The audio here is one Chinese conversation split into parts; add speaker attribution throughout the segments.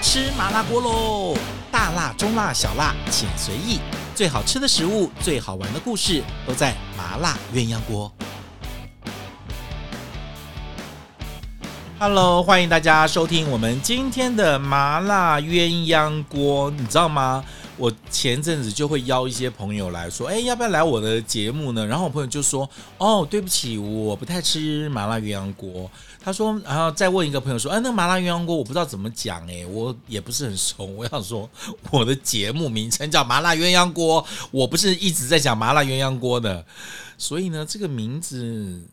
Speaker 1: 吃麻辣锅喽！大辣、中辣、小辣，请随意。最好吃的食物，最好玩的故事，都在麻辣鸳鸯锅。Hello，欢迎大家收听我们今天的麻辣鸳鸯锅。你知道吗？我前阵子就会邀一些朋友来说，哎，要不要来我的节目呢？然后我朋友就说，哦，对不起，我不太吃麻辣鸳鸯锅。他说，然后再问一个朋友说，哎，那麻辣鸳鸯锅我不知道怎么讲，哎，我也不是很熟。我想说， 我的节目名称叫麻辣鸳鸯锅，我不是一直在讲麻辣鸳鸯锅的，所以呢，这个名字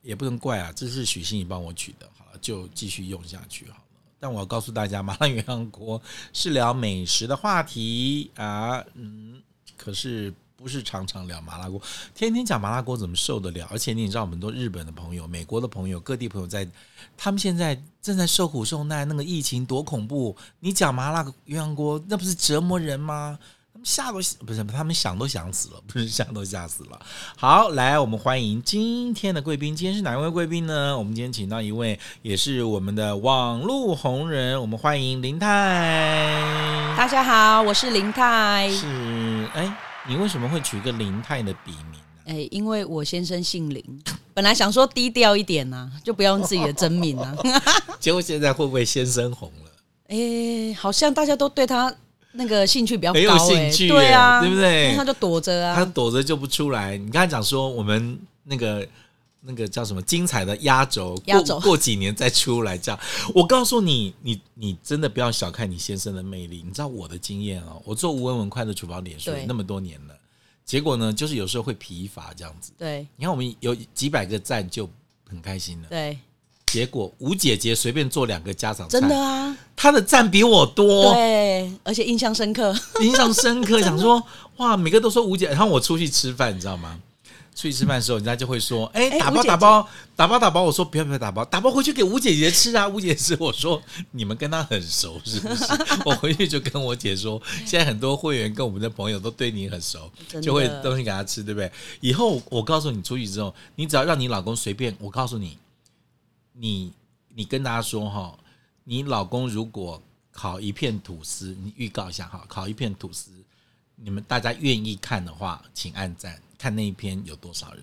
Speaker 1: 也不能怪啊，这是许心怡帮我取的，好了，就继续用下去好了。但我要告诉大家，麻辣鸳鸯锅是聊美食的话题啊，嗯，可是不是常常聊麻辣锅，天天讲麻辣锅怎么受得了？而且你也知道，我们很多日本的朋友、美国的朋友、各地朋友在，他们现在正在受苦受难，那个疫情多恐怖！你讲麻辣鸳鸯锅，那不是折磨人吗？他们吓都不是，他们想都想死了，不是吓都吓死了。好，来，我们欢迎今天的贵宾。今天是哪一位贵宾呢？我们今天请到一位，也是我们的网络红人，我们欢迎林泰。
Speaker 2: 大家好，我是林泰。
Speaker 1: 是，哎，你为什么会取一个林泰的笔名呢？
Speaker 2: 哎、因为我先生姓林，本来想说低调一点呐、就不要用自己的真 名啊。
Speaker 1: 结果现在会不会先生红了？
Speaker 2: 哎、好像大家都对他那个兴趣比较高、
Speaker 1: 很
Speaker 2: 欸，
Speaker 1: 有兴趣
Speaker 2: 对
Speaker 1: 欸
Speaker 2: 啊，
Speaker 1: 对不对
Speaker 2: 因为他就躲着
Speaker 1: 他
Speaker 2: 啊，
Speaker 1: 躲着就不出来。你刚才讲说我们那个那个叫什么精彩的压轴，
Speaker 2: 压
Speaker 1: 过
Speaker 2: 轴
Speaker 1: 过几年再出来这样。我告诉你，你你真的不要小看你先生的魅力。你知道我的经验哦，我做吴文文快乐厨房脸书
Speaker 2: 对
Speaker 1: 那么多年了，结果呢，就是有时候会疲乏这样子。
Speaker 2: 对
Speaker 1: 你看我们有几百个赞就很开心了，
Speaker 2: 对，
Speaker 1: 结果吴姐姐随便做两个家常菜，
Speaker 2: 真的啊，
Speaker 1: 她的赞比我多。哦
Speaker 2: 对，而且印象深刻。
Speaker 1: 印象深刻，想说哇，每个都说吴姐，然后我出去吃饭，你知道吗？出去吃饭的时候，人家就会说：“哎、
Speaker 2: 哎
Speaker 1: 打
Speaker 2: 吴
Speaker 1: 包
Speaker 2: 姐姐
Speaker 1: 打包打包打包。”我说：“不要不要打包，打包回去给吴姐姐吃啊。”吴姐姐吃，我说：“你们跟她很熟是不是？” 我回去就跟我姐说：“现在很多会员跟我们的朋友都对你很熟，
Speaker 2: 真的
Speaker 1: 就会东西给她吃，对不对？以后我告诉你，出去之后，你只要让你老公随便，我告诉你，你你跟大家说哈，你老公如果烤一片吐司，你预告一下哈，烤一片吐司，你们大家愿意看的话，请按赞，看那一篇有多少人，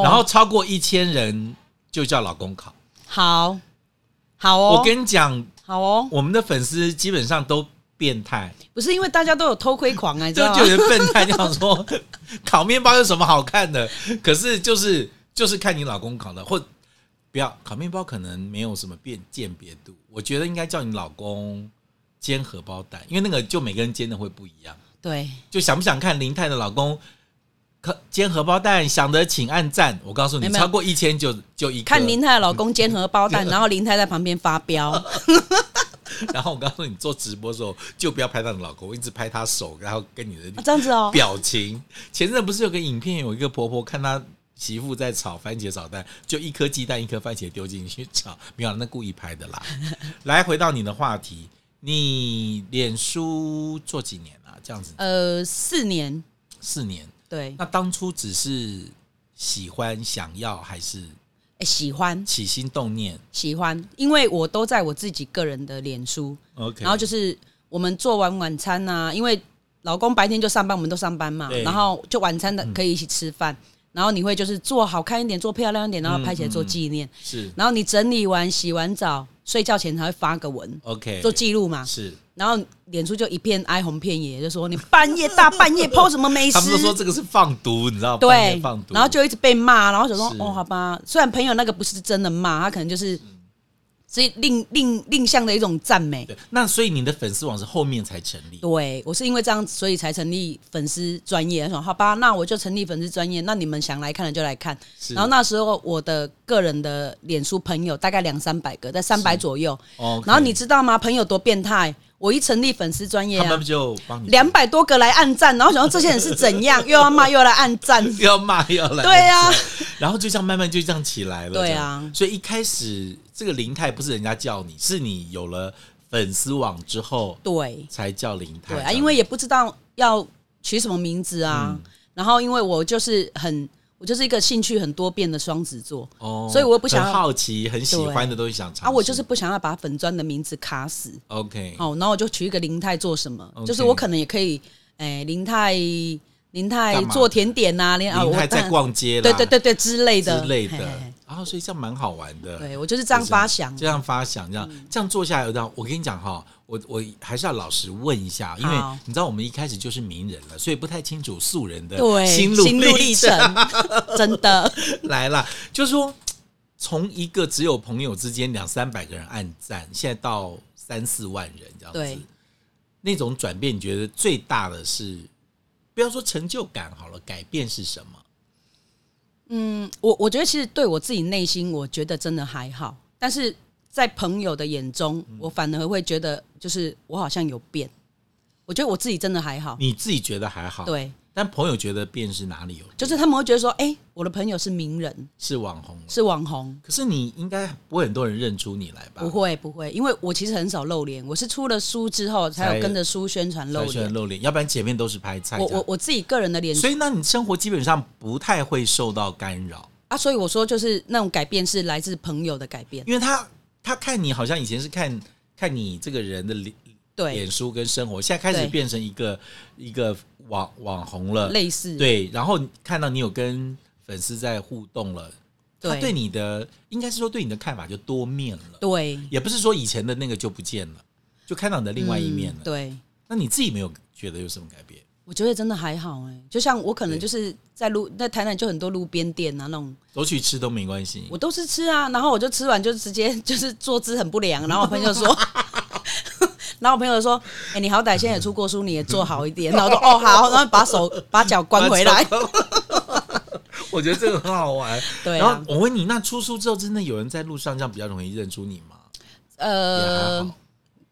Speaker 1: 然后超过一千人就叫老公烤。
Speaker 2: 好，好哦，
Speaker 1: 我跟你讲，
Speaker 2: 好哦，
Speaker 1: 我们的粉丝基本上都变态，
Speaker 2: 不是因为大家都有偷窥狂啊，你知
Speaker 1: 这
Speaker 2: 道吗
Speaker 1: 就？有人笨蛋，就想说烤面包有什么好看的？可是就是就是看你老公烤的，或不要烤面包，可能没有什么辨鉴别度。我觉得应该叫你老公煎荷包蛋，因为那个就每个人煎的会不一样。
Speaker 2: 对，
Speaker 1: 就想不想看林泰的老公可煎荷包蛋？想的请按赞。我告诉你，
Speaker 2: 没有没有
Speaker 1: 超过一千就就一个。
Speaker 2: 看林泰的老公煎荷包蛋，然后林泰在旁边发 飙，啊
Speaker 1: 然后我告诉你，做直播的时候就不要拍到你老公，一直拍他手，然后跟你 的
Speaker 2: 这样子哦，
Speaker 1: 表情。前阵不是有个影片，有一个婆婆看她媳妇在炒番茄炒蛋，就一颗鸡蛋一颗番茄丢进去炒，没有那故意拍的 啦。来，回到你的话题，你脸书做几年啊？这样子
Speaker 2: 呃，四年，
Speaker 1: 四年。
Speaker 2: 对，
Speaker 1: 那当初只是喜欢、想要，还是
Speaker 2: 欸喜欢
Speaker 1: 起心动念
Speaker 2: 喜欢，因为我都在我自己个人的脸书，
Speaker 1: ？OK，
Speaker 2: 然后就是是我们做完晚餐啊，因为老公白天就上班，我们都上班嘛
Speaker 1: 对，
Speaker 2: 然后就晚餐的可以一起吃饭，然后你会就是做好看一点，做漂
Speaker 1: 嗯
Speaker 2: 亮一点，然后拍起来做纪念，
Speaker 1: 是
Speaker 2: 然后你整理完、洗完澡、睡觉前才会发个文。
Speaker 1: OK，
Speaker 2: 做记录嘛，
Speaker 1: 是。
Speaker 2: 然后脸书就一片哀鸿遍野，就说你半夜大半夜 PO 什么美食？
Speaker 1: 他们都说这个是放毒，你知道吗？哦半夜
Speaker 2: 对
Speaker 1: 放，毒，
Speaker 2: 然后就一直被骂，然后想说
Speaker 1: 是
Speaker 2: 哦，好吧，虽然朋友那个不是真的骂，他可能就是是另另另向的一种赞美。
Speaker 1: 嗯对。那所以你的粉丝网是后面才成立，
Speaker 2: 对我是因为这样，所以才成立粉丝专业。说好吧，那我就成立粉丝专业，那你们想来看的就来看。
Speaker 1: 是
Speaker 2: 然后那时候我的个人的脸书朋友大概两三百个，在三百左右。
Speaker 1: 哦 OK
Speaker 2: 然后你知道吗？朋友多变态！我一成立粉丝专业、
Speaker 1: 他
Speaker 2: 啊
Speaker 1: 们，就帮你
Speaker 2: 两百多个来按赞，然后想说这些人是怎 样，又要骂又要来按赞。
Speaker 1: 又 要骂又要来，
Speaker 2: 对啊，
Speaker 1: 然后就这样慢慢就这样起来了，
Speaker 2: 对啊
Speaker 1: 这样所以一开始这个林泰不是人家叫你，是你有了粉丝网之后
Speaker 2: 对，
Speaker 1: 才叫林泰，
Speaker 2: 对
Speaker 1: 这样
Speaker 2: 啊，
Speaker 1: 嗯
Speaker 2: 因为也不知道要取什么名字啊。然后因为我就是很，我就是一个兴趣很多变的双子座
Speaker 1: 哦，
Speaker 2: 所以我不想
Speaker 1: 很
Speaker 2: 要
Speaker 1: 好奇，很喜欢的东西想尝试
Speaker 2: 啊，我就是不想要把粉砖的名字卡死。
Speaker 1: OK，
Speaker 2: 好，然后我就取一个林泰做什么
Speaker 1: 嗯 OK
Speaker 2: 就是我可能也可以，哎、林泰林泰
Speaker 1: 干嘛
Speaker 2: 做甜点呐、啊，林啊，
Speaker 1: 您
Speaker 2: 我
Speaker 1: 还在
Speaker 2: 当
Speaker 1: 逛街啦，
Speaker 2: 对对对对之类的
Speaker 1: 之类
Speaker 2: 嘿
Speaker 1: 的
Speaker 2: 嘿嘿，
Speaker 1: 啊，所以这样蛮好玩的。
Speaker 2: 对我就是这样发想，啊嗯
Speaker 1: 这样发想，这样、这样做下来，有道我跟你讲哈，我我还是要老实问一下，因为
Speaker 2: 好
Speaker 1: 你知道我们一开始就是名人了，所以不太清楚素人的
Speaker 2: 对
Speaker 1: 心路
Speaker 2: 心路历
Speaker 1: 程
Speaker 2: 程，真的
Speaker 1: 来了，就是说从一个只有朋友之间两三百个人暗赞，现在到三四万人这样
Speaker 2: 对
Speaker 1: 子，那种转变，你觉得最大的是不要说成就感好了，改变是什么？
Speaker 2: 我我觉得其实对我自己内心，我觉得真的还好，但是在朋友的眼中，
Speaker 1: 嗯
Speaker 2: 我反而会觉得就是我好像有变，我觉得我自己真的还好，
Speaker 1: 你自己觉得还好，，
Speaker 2: 哦对，
Speaker 1: 但朋友觉得变是哪里有？
Speaker 2: 就是他们会觉得说，哎、我的朋友是名人，
Speaker 1: 是网红了，
Speaker 2: 是网红，
Speaker 1: 可是你应该不会很多人认出你来吧？
Speaker 2: 不会不会，因为我其实很少露脸，我是出了书之后才
Speaker 1: 才
Speaker 2: 有跟着书宣传露
Speaker 1: 才喜欢
Speaker 2: 脸，
Speaker 1: 露脸，要不然前面都是拍菜
Speaker 2: 我
Speaker 1: 这样
Speaker 2: 我我自己个人的脸
Speaker 1: 所以那你生活基本上不太会受到干扰，
Speaker 2: 啊，所以我说就是那种改变是来自朋友的改变，
Speaker 1: 因为他他看你好像以前是看看你这个人的脸。
Speaker 2: 对，
Speaker 1: 脸书跟生活，现在开始
Speaker 2: 对
Speaker 1: 变成一个一个网网红了，
Speaker 2: 类似
Speaker 1: 对，然后看到你有跟粉丝在互动了，他
Speaker 2: 对
Speaker 1: 对你的应该是说对你的看法就多面了，
Speaker 2: 对
Speaker 1: 也不是说以前的那个就不见了，就看到你的另外一面
Speaker 2: 嗯
Speaker 1: 了。
Speaker 2: 对。
Speaker 1: 那你自己没有觉得有什么改变？
Speaker 2: 我觉得真的还好哎、就像我可能就是在路在台南就很多路边店啊那种，
Speaker 1: 都去吃都没关系，。
Speaker 2: 我都是吃啊，然后我就吃完就直接就是坐姿很不良，然后我朋友说，然后我朋友说，哎、你好歹现在也出过书，你也做好一点，然后我说哦好，然后把手把脚关回来，
Speaker 1: 我觉得这个很好玩。
Speaker 2: 对
Speaker 1: 然后
Speaker 2: 啊，
Speaker 1: 我问你，那出书之后，真的有人在路上这样比较容易认出你吗？也还
Speaker 2: 呃
Speaker 1: 好，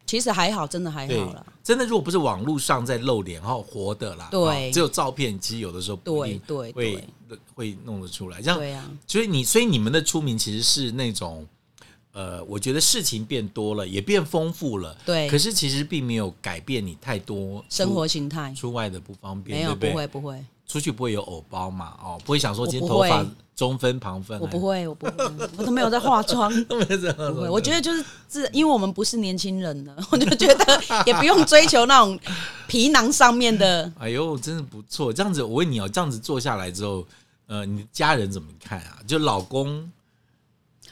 Speaker 2: 其实还好，真的还
Speaker 1: 对
Speaker 2: 好啦。，
Speaker 1: 真的，如果不是网络上在露脸，然后活的啦，
Speaker 2: 对
Speaker 1: 哦只有照片，其实有的时候不一定
Speaker 2: 对对
Speaker 1: 会会弄得出来。这样，
Speaker 2: 对啊，
Speaker 1: 所以你所以你们的出名其实是那种，呃，我觉得事情变多了，也变丰富了，
Speaker 2: 对
Speaker 1: 可是其实并没有改变你太多
Speaker 2: 生活形态
Speaker 1: 出出外的不方便，
Speaker 2: 没
Speaker 1: 对
Speaker 2: 有
Speaker 1: 不对
Speaker 2: 不会不会，
Speaker 1: 出去不会有偶包嘛？哦，不会想说今天
Speaker 2: 我不
Speaker 1: 头
Speaker 2: 会
Speaker 1: 发中分旁分，
Speaker 2: 我不会我不会，我都没有在化妆。
Speaker 1: 还是 这样
Speaker 2: 不
Speaker 1: 子
Speaker 2: 会，我觉得就是自，因为我们不是年轻人了， 我就觉得也不用追求那种皮囊上 面的。
Speaker 1: 哎呦，真的不错。这样子，我问你哦，这样子做下来之后，呃，你的家人怎么看啊？就老公，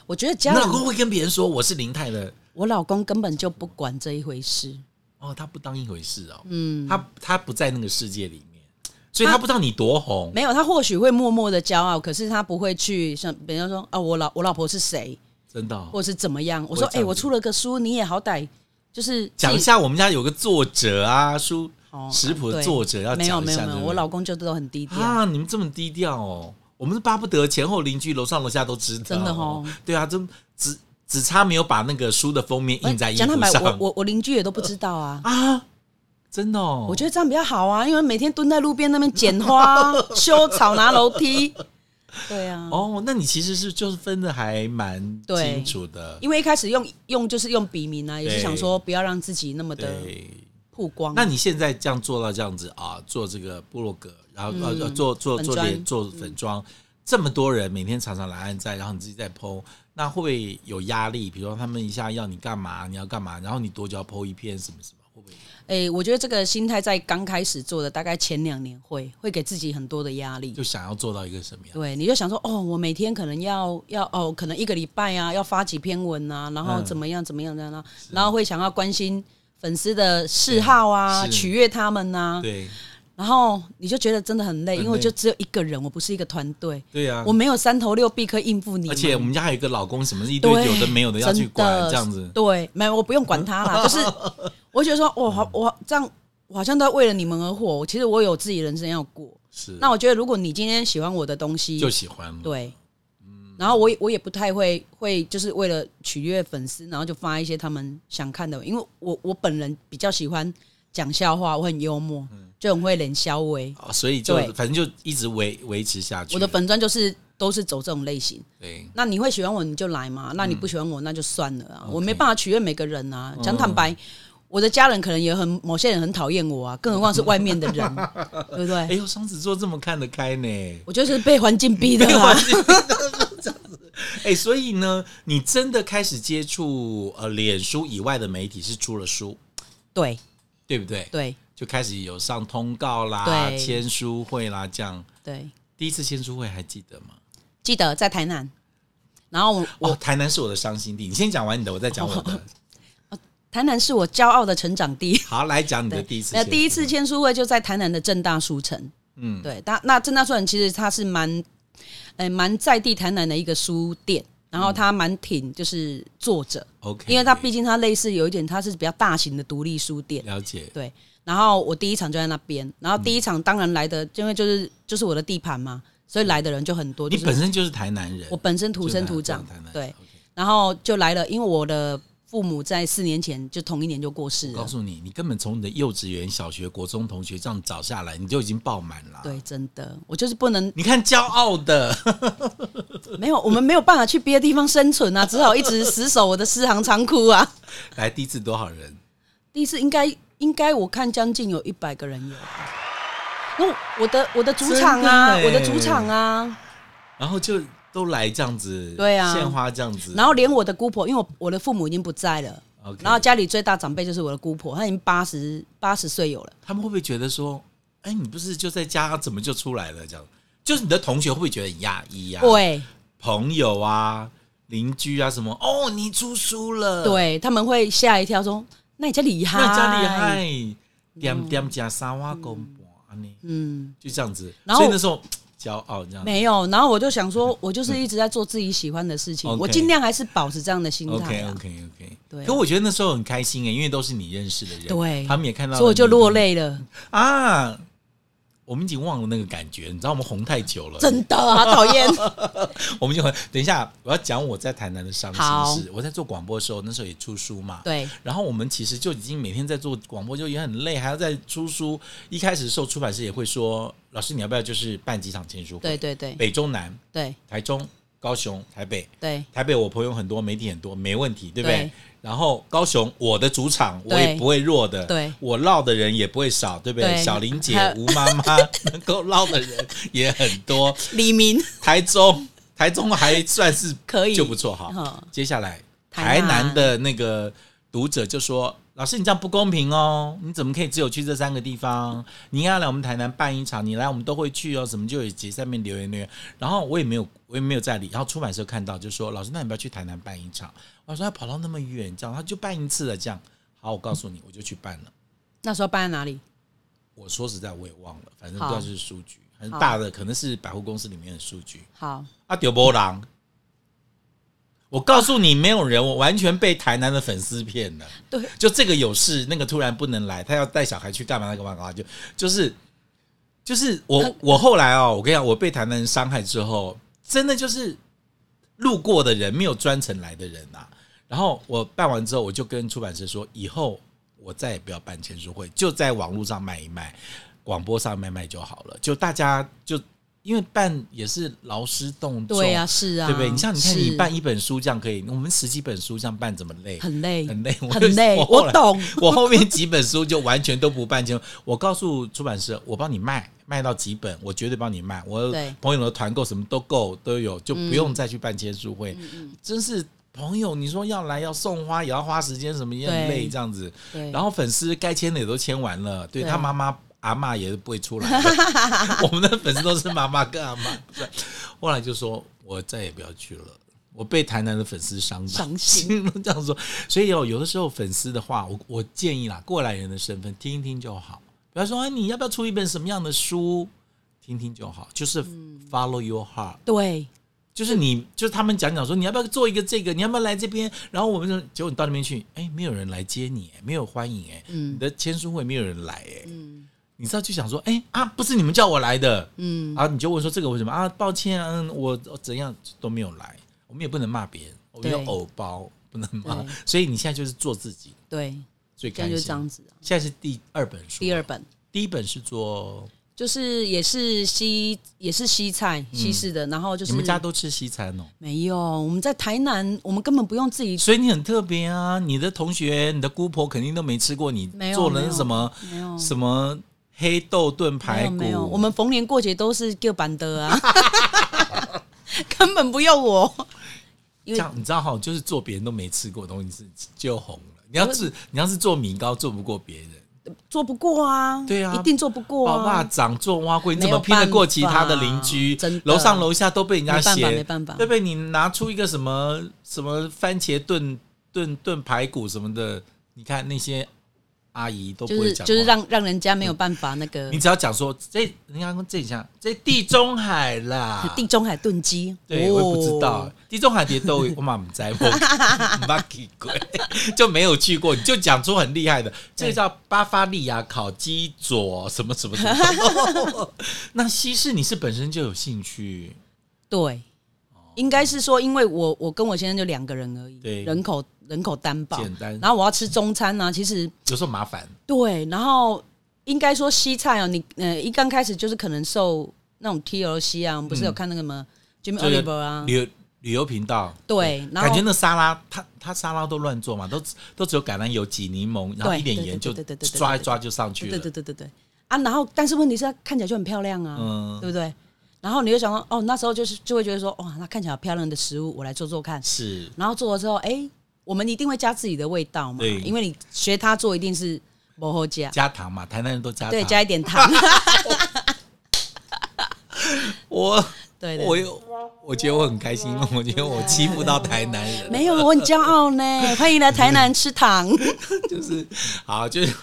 Speaker 2: 我觉得家
Speaker 1: 你
Speaker 2: 人
Speaker 1: 老，公会跟别人说我是林泰的，
Speaker 2: 我老公根本就不管这一回事。
Speaker 1: 哦，他不当一回事哦，
Speaker 2: 嗯，
Speaker 1: 他他不在那个世界里面，所以他
Speaker 2: 他
Speaker 1: 不知道你多红。
Speaker 2: 没有，他或许会默默的骄傲，可是他不会去像别人说啊，我老我老婆是谁，
Speaker 1: 真的哦、
Speaker 2: 或是怎么样。我说，
Speaker 1: 我
Speaker 2: 哎、
Speaker 1: 也这样子
Speaker 2: 我出了个书，你也好歹就是
Speaker 1: 讲一
Speaker 2: 自己
Speaker 1: 下我们家有个作者啊，书
Speaker 2: 哦
Speaker 1: 食谱的
Speaker 2: 对
Speaker 1: 作者要
Speaker 2: 没有
Speaker 1: 讲一
Speaker 2: 没有
Speaker 1: 下。
Speaker 2: 没有，
Speaker 1: 对不对
Speaker 2: 我老公就都很低调。
Speaker 1: 啊，你们这么低调哦，我们是巴不得前后邻居、楼上楼下都知道。
Speaker 2: 真的哦，
Speaker 1: 对啊，真只只差没有把那个书的封面印在衣服
Speaker 2: 讲坦白，
Speaker 1: 上。
Speaker 2: 我我我邻居也都不知道啊。
Speaker 1: 啊，真的哦，
Speaker 2: 我觉得这样比较好啊，因为每天蹲在路边那边 捡花、修草、拿楼梯。对啊，
Speaker 1: 哦，那你其实是就是分的还蛮
Speaker 2: 对
Speaker 1: 清楚的，
Speaker 2: 因为一开始用用就是用笔名啊，也是
Speaker 1: 对
Speaker 2: 想说不要让自己那么的
Speaker 1: 对。
Speaker 2: 曝光。
Speaker 1: 那你现在这样做到这样子啊，做这个部落格，然后呃、呃做做
Speaker 2: 嗯粉
Speaker 1: 做
Speaker 2: 妆
Speaker 1: 脸做粉妆，这么多人每天常常来按赞，然后你自己在 PO，那会不会有压力？比如说他们一下要你干嘛，你要干嘛，然后你多久要 PO 一篇什么什么，会不会？
Speaker 2: 诶、我觉得这个心态在刚开始做的，大概前两年会会给自己很多的压力。
Speaker 1: 就想要做到一个什么样？
Speaker 2: 对，你就想说，哦，我每天可能要要哦，可能一个礼拜啊，要发几篇文啊，然后
Speaker 1: 嗯
Speaker 2: 怎么样怎么样怎么样，然后会想要关心粉丝的嗜好啊，
Speaker 1: 是
Speaker 2: 取悦他们啊，
Speaker 1: 对
Speaker 2: 然后你就觉得真的很
Speaker 1: 很
Speaker 2: 累，因为我
Speaker 1: 累
Speaker 2: 就只有一个人，我不是一个团队，
Speaker 1: 对呀、啊
Speaker 2: 我，没有三头六臂可以应付你
Speaker 1: 而
Speaker 2: 们。
Speaker 1: 且我们家还有一个老公，什么一堆
Speaker 2: 对
Speaker 1: 有的没有的要去管
Speaker 2: 真，的
Speaker 1: 这样子。
Speaker 2: 对，没有我不用管他 啦，就是我觉得说，我好我这样，我好像都在为了你们而活。其实我有自己人生要过。
Speaker 1: 是，
Speaker 2: 那我觉得，如果你今天喜欢我的东西，
Speaker 1: 就喜欢了。
Speaker 2: 对，然后我也我也不太会会就是为了取悦粉丝，然后就发一些他们想看的，因为我我本人比较喜欢讲笑话，我很幽默，
Speaker 1: 嗯
Speaker 2: 就很会冷笑微。
Speaker 1: 哦，所以就
Speaker 2: 对
Speaker 1: 反正就一直维维持下去。
Speaker 2: 我的粉砖就是都是走这种类型。
Speaker 1: 对，
Speaker 2: 那你会喜欢我，你就来嘛；那你不喜欢我，那就算了啊。
Speaker 1: OK
Speaker 2: 嗯我没办法取悦每个人啊。讲坦白，我的家人可能也很某些人很讨厌我啊，更何况是外面的 人，对不
Speaker 1: 哎
Speaker 2: 对？
Speaker 1: 呦，双子座这么看得开呢。
Speaker 2: 我就是被环境逼的
Speaker 1: 没有
Speaker 2: 啊
Speaker 1: 啊，，是这样子。哎，所以呢，你真的开始接触呃脸书以外的媒体是出了书，
Speaker 2: 对
Speaker 1: 对不对？
Speaker 2: 对
Speaker 1: 就开始有上通告啦、
Speaker 2: 对
Speaker 1: 签书会啦，这样。
Speaker 2: 对，
Speaker 1: 第一次签书会还记得吗？
Speaker 2: 记得在台南，然后我哦
Speaker 1: 哦，台南是我的伤心地。你先讲完你的，我再讲我的。
Speaker 2: 台南是我骄傲的成长地。
Speaker 1: 好，来讲你的第一次签书
Speaker 2: 那
Speaker 1: 会。
Speaker 2: 第一次签书会就在台南的正大书城，
Speaker 1: 嗯，
Speaker 2: 对，那那正大书城其实它是蛮，呃，蛮在地台南的一个书店，然后它蛮挺就是作者，
Speaker 1: ，OK，
Speaker 2: 因为它毕竟它类似有一点它是比较大型的独立书店，
Speaker 1: 了解，
Speaker 2: 对。然后我第一场就在那边，然
Speaker 1: 嗯
Speaker 2: 后第一场当然来的，因为就是就是我的地盘嘛，所以来的人就很多。
Speaker 1: 你
Speaker 2: 就是
Speaker 1: 本身就是台南人，
Speaker 2: 我本身土生土长
Speaker 1: 就是台南，
Speaker 2: 对，。
Speaker 1: OK
Speaker 2: 然后就来了，因为我的父母在四年前就同一年就过世
Speaker 1: 我告
Speaker 2: 了，
Speaker 1: 诉你，你根本从你的幼稚园、小学、国中同学这样找下来，你就已经爆满了。，
Speaker 2: 对，真的，我就是不能
Speaker 1: 你看骄傲的，
Speaker 2: 没有，我们没有办法去别的地方生 存啊，只好一直死守我的四行仓库啊。
Speaker 1: 来第一次多少人？
Speaker 2: 第一次应该应该我看将近有一百个人有，那我的我的主场啊，
Speaker 1: 真的欸
Speaker 2: 我的主场啊，
Speaker 1: 然后就都来这样子，
Speaker 2: 对啊
Speaker 1: 献花这样子，
Speaker 2: 然后连我的姑婆，因为我我的父母已经不在了
Speaker 1: OK
Speaker 2: 然后家里最大长辈就是我的姑婆，她已经八十八十岁有了。
Speaker 1: 他们会不会觉得说，哎，你不是就在家，怎么就出来了？这样，就是你的同学会不会觉得很压抑啊？，
Speaker 2: 对
Speaker 1: 朋友啊，邻居啊，什么？哦，你出书了，，
Speaker 2: 对，他们会吓一跳说：“那你家厉害，
Speaker 1: 那家厉。害，点点加三瓦公婆啊，你”
Speaker 2: 嗯，
Speaker 1: 就这样子。
Speaker 2: 然后
Speaker 1: 所以那时候骄傲这样子。
Speaker 2: 没有。然后我就想说，我就是一直在做自己喜欢的事情，
Speaker 1: OK
Speaker 2: 我尽量还是保持这样的心态
Speaker 1: OK
Speaker 2: 啊。
Speaker 1: OK OK，
Speaker 2: 对啊
Speaker 1: 可我觉得那时候很开心哎、因为都是你认识的人，
Speaker 2: 对
Speaker 1: 他们也看到了你，
Speaker 2: 所以我就落泪了，
Speaker 1: 啊。我们已经忘了那个感觉，你知道我们红太久 了，
Speaker 2: 真的好讨厌。
Speaker 1: 我们就很等一下，我要讲我在台南的伤
Speaker 2: 好
Speaker 1: 心事。我在做广播的时候，那时候也出书嘛。
Speaker 2: 对
Speaker 1: 然后我们其实就已经每天在做广播，就也很累，还要再出书。一开始的时候，出版社也会说：“老师，你要不要就是办几场签书会？”
Speaker 2: 对对对
Speaker 1: 北中南、
Speaker 2: 对
Speaker 1: 台中、高雄、台北。
Speaker 2: 对
Speaker 1: 台北我朋友很多，媒体很多，没问题，对不对？
Speaker 2: 对
Speaker 1: 然后高雄我的主场，我
Speaker 2: 对
Speaker 1: 也不会弱的，
Speaker 2: 对
Speaker 1: 我唠的人也不会少，对不对？
Speaker 2: 对
Speaker 1: 小玲姐
Speaker 2: 还、
Speaker 1: 吴妈妈 能够唠的人也很多，
Speaker 2: 黎明，
Speaker 1: 台中台中还算是
Speaker 2: 可以
Speaker 1: 就不错哈
Speaker 2: 嗯。
Speaker 1: 接下来台
Speaker 2: 台南
Speaker 1: 南的那个读者就说。老师，你这样不公平哦！你怎么可以只有去这三个地方？你应该要来我们台南办一场，你来我们都会去哦。什么就有节上面留言留言，然后我也没有，我也没有在理。然后出版社看到就说，老师，那你不要去台南办一场。我说他跑到那么远，这样他就办一次了，这样。好，我告诉你，我就去办了。
Speaker 2: 那时候搬在哪里？
Speaker 1: 我说实在，我也忘了，反正不
Speaker 2: 好
Speaker 1: 知道是书局，很
Speaker 2: 好
Speaker 1: 大的，可能是百货公司里面的书局。
Speaker 2: 好，
Speaker 1: 啊，丢波浪！我告诉你，没有人，我完全被台南的粉丝骗了。
Speaker 2: 对，
Speaker 1: 就这个有事，那个突然不能来，他要带小孩去干嘛？干嘛干嘛？就就是就是我我后来哦，我跟你讲，我被台南人伤害之后，真的就是路过的人，没有专程来的人啊。然后我办完之后，我就跟出版社说，以后我再也不要办签书会，就在网络上卖一卖，广播上卖卖就好了。就大家就因为办也是劳师动众，
Speaker 2: 对啊，是啊，
Speaker 1: 对不对？你像你看，
Speaker 2: 是
Speaker 1: 你办一本书这样可以，我们十几本书这样办怎么累？
Speaker 2: 很累，
Speaker 1: 很累， 我
Speaker 2: 很累，
Speaker 1: 后来
Speaker 2: 我懂。
Speaker 1: 我后面几本书就完全都不办签。我告诉出版社，我帮你卖，卖到几本，我绝对帮你卖。我
Speaker 2: 对
Speaker 1: 朋友的团购什么都够都有，就不用再去办签书
Speaker 2: 嗯
Speaker 1: 会。真是朋友，你说要来要送花，也要花时间，什么也很
Speaker 2: 对
Speaker 1: 累这样子。
Speaker 2: 对，
Speaker 1: 然后粉丝该签的也都签完了，对
Speaker 2: 对
Speaker 1: 他妈妈。阿嬷也是不会出来的，我 们的粉丝都是妈妈跟阿嬷。不是后来就说，我再也不要去了，我被台南的粉丝伤到
Speaker 2: 伤心，
Speaker 1: 这样说。所以哦，有的时候粉丝的话，我我建议啦，过来人的身份听一听就好，不要说哎，你要不要出一本什么样的书，听听就好，就是
Speaker 2: 嗯
Speaker 1: follow your heart，
Speaker 2: 对
Speaker 1: 就是你，就是他们讲讲说，你要不要做一个这个，你要不要来这边？然后我们就，结果你到那边去，哎，没有人来接你，哎没有欢迎，哎，
Speaker 2: 嗯
Speaker 1: 你的签书会没有人来，哎，你知道就想说，哎啊，不是你们叫我来的，嗯，啊，你就问说这个为什么啊？抱歉，嗯，我我怎样都没有来，我们也不能骂别人，我们有
Speaker 2: 对
Speaker 1: 偶包，不能骂
Speaker 2: 对，
Speaker 1: 所以你现在就是做自己
Speaker 2: 对，
Speaker 1: 最
Speaker 2: 现在
Speaker 1: 开
Speaker 2: 就
Speaker 1: 心
Speaker 2: 这。样子啊。
Speaker 1: 现在是第二本书，
Speaker 2: 第二，本
Speaker 1: 第一本是做
Speaker 2: 就是也是西也是西菜西式的，然后就
Speaker 1: 嗯
Speaker 2: 是
Speaker 1: 你们家都吃西餐哦，
Speaker 2: 没有，我们在台南，我们根本不用自己
Speaker 1: 所以你很特别啊！你的同学、你的姑婆肯定都没吃过你
Speaker 2: 没有
Speaker 1: 做的那什么
Speaker 2: 没有
Speaker 1: 什么黑豆炖
Speaker 2: 没
Speaker 1: 排
Speaker 2: 有
Speaker 1: 骨，
Speaker 2: 没有，我们逢年过节都是各版的啊， 根本不用我。因
Speaker 1: 这
Speaker 2: 为
Speaker 1: 样你知道哈，就是做别人都没吃过的东西是就红了。你要是你要是做米糕做不过别人，
Speaker 2: 做不过啊，
Speaker 1: 对啊
Speaker 2: 一定做不过
Speaker 1: 老爸
Speaker 2: 啊。
Speaker 1: 长做蛙龟，你怎
Speaker 2: 没
Speaker 1: 么
Speaker 2: 有
Speaker 1: 拼得过其他的
Speaker 2: 办法
Speaker 1: 邻居
Speaker 2: 真的？
Speaker 1: 楼上楼下都被人家
Speaker 2: 没办法
Speaker 1: 嫌，
Speaker 2: 没办法
Speaker 1: 对不对？你拿出一个什么什么番茄炖炖炖排骨什么的，你看那些阿姨都不
Speaker 2: 就
Speaker 1: 会
Speaker 2: 是
Speaker 1: 讲话，
Speaker 2: 就是让让人家没有办法那个
Speaker 1: 你只要讲说这，人家说这一下这地中海啦，
Speaker 2: 地中海炖鸡，
Speaker 1: 对，我也不知道
Speaker 2: 哦，
Speaker 1: 地中海蝶都有，我 妈不在乎，马奇鬼 就没有去过，你就讲出很厉害的，这个叫巴伐利亚烤鸡佐什么什么什 么。那西式你是本身就有兴趣，
Speaker 2: 对，应该是说，因为我我跟我先生就两个人而已，
Speaker 1: 对
Speaker 2: 人口人口单薄，
Speaker 1: 简单
Speaker 2: 然后我要吃中餐呢、啊其实
Speaker 1: 有时候麻烦，
Speaker 2: 对，然后应该说西菜哦，你呃一刚开始就是可能受那种 TLC 啊，我们不
Speaker 1: 嗯
Speaker 2: 是有看那个什么 Jimmy
Speaker 1: 这个
Speaker 2: Oliver 啊，
Speaker 1: 旅游旅游频道。
Speaker 2: 对，然
Speaker 1: 感觉
Speaker 2: 后
Speaker 1: 那沙拉，他他沙拉都乱做嘛，都都只有橄榄油、挤柠檬，然后
Speaker 2: 对
Speaker 1: 一点
Speaker 2: 对
Speaker 1: 盐
Speaker 2: 对
Speaker 1: 就
Speaker 2: 对对对对
Speaker 1: 抓一
Speaker 2: 对
Speaker 1: 抓就上去
Speaker 2: 对
Speaker 1: 了。
Speaker 2: 对对对对对啊，然后但是问题是它看起来就很漂亮啊，
Speaker 1: 嗯
Speaker 2: 对不对？然后你就想说，哦，那时候就是就会觉得说，哇，那看起来好漂亮的食物，我来做做看。
Speaker 1: 是
Speaker 2: 然后做了之后，哎、我们一定会加自己的味道嘛，
Speaker 1: 对
Speaker 2: 因为你学他做一定是不后加，
Speaker 1: 加糖嘛，台南人都加糖。
Speaker 2: 对，加一点 糖，
Speaker 1: 我
Speaker 2: 对
Speaker 1: 我
Speaker 2: 对。
Speaker 1: 有，我觉得我很开心，我觉得我欺负到台南人，
Speaker 2: 没有，我很骄傲呢，欢迎来台南 吃糖。
Speaker 1: 就是好，就是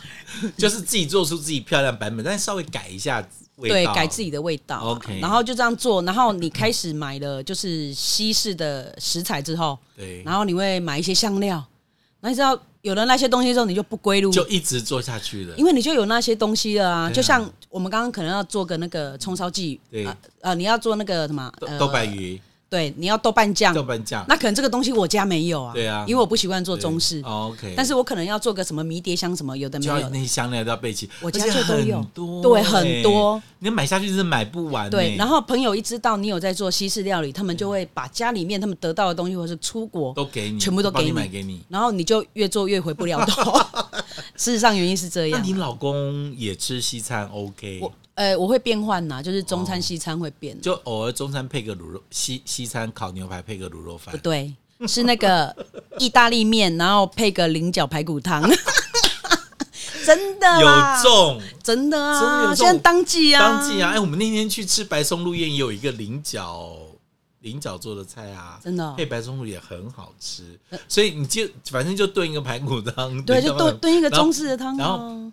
Speaker 1: 就是自己做出自己漂亮版本，但是稍微改一下味
Speaker 2: 对
Speaker 1: 道，，
Speaker 2: 改自己的味道啊、
Speaker 1: OK
Speaker 2: 然后就这样做，然后你开始买了就是西式的食材之后，
Speaker 1: 对，
Speaker 2: 然后你会买一些香料，然后你知道有了那些东西之后，你就不归路，
Speaker 1: 就一直做下去了
Speaker 2: 因。为你就有那些东西了啊。
Speaker 1: 对啊
Speaker 2: 就像我们刚刚可能要做个那个葱烧鲫，
Speaker 1: 对
Speaker 2: 呃呃，你要做那个什么
Speaker 1: 豆
Speaker 2: 呃
Speaker 1: 豆瓣鱼、
Speaker 2: 对，你要豆瓣酱
Speaker 1: 豆，瓣酱，
Speaker 2: 那可能这个东西我家没有啊，
Speaker 1: 对啊
Speaker 2: 因为我不习惯做
Speaker 1: 对
Speaker 2: 中式，
Speaker 1: 哦 OK，
Speaker 2: 但是我可能要做个什么迷迭香什么，有的没
Speaker 1: 就要
Speaker 2: 有
Speaker 1: 那
Speaker 2: 的，
Speaker 1: 些香料都要备齐，
Speaker 2: 我
Speaker 1: 而
Speaker 2: 家
Speaker 1: 且
Speaker 2: 就都
Speaker 1: 很
Speaker 2: 有
Speaker 1: 多
Speaker 2: 对
Speaker 1: 欸
Speaker 2: 很多，
Speaker 1: 你买下去是买不完欸。
Speaker 2: 对。然后朋友一知道你有在做西式料理，他们就会把家里面他们得到的东西，或是出国，
Speaker 1: 都给你，
Speaker 2: 全部都
Speaker 1: 帮
Speaker 2: 给
Speaker 1: 你
Speaker 2: 你
Speaker 1: 买给你。
Speaker 2: 然后你就越做越回不了 头。事实上原因是这
Speaker 1: 那
Speaker 2: 样
Speaker 1: 你，老公也吃西餐 OK？
Speaker 2: 我呃我会变换呐，就是中
Speaker 1: 哦
Speaker 2: 餐西餐会变，
Speaker 1: 就偶尔中餐配个卤肉，西西餐烤牛排配个卤肉饭
Speaker 2: 不，对，是那个意大利面，然后配个菱角排骨汤。 真的
Speaker 1: 有
Speaker 2: 啦
Speaker 1: 中
Speaker 2: 真的
Speaker 1: 真的有
Speaker 2: 啊，
Speaker 1: 这种
Speaker 2: 现在当季啊，
Speaker 1: 当季啊！哎，我们那天去吃白松露宴，也有一个菱角菱角做的菜啊，
Speaker 2: 真的哦呃
Speaker 1: 配白松露也很好吃。所以你就反正就炖一个排骨汤，
Speaker 2: 对，
Speaker 1: 你知
Speaker 2: 就
Speaker 1: 道吗
Speaker 2: 炖炖一个
Speaker 1: 然后
Speaker 2: 中式的汤、啊
Speaker 1: 然后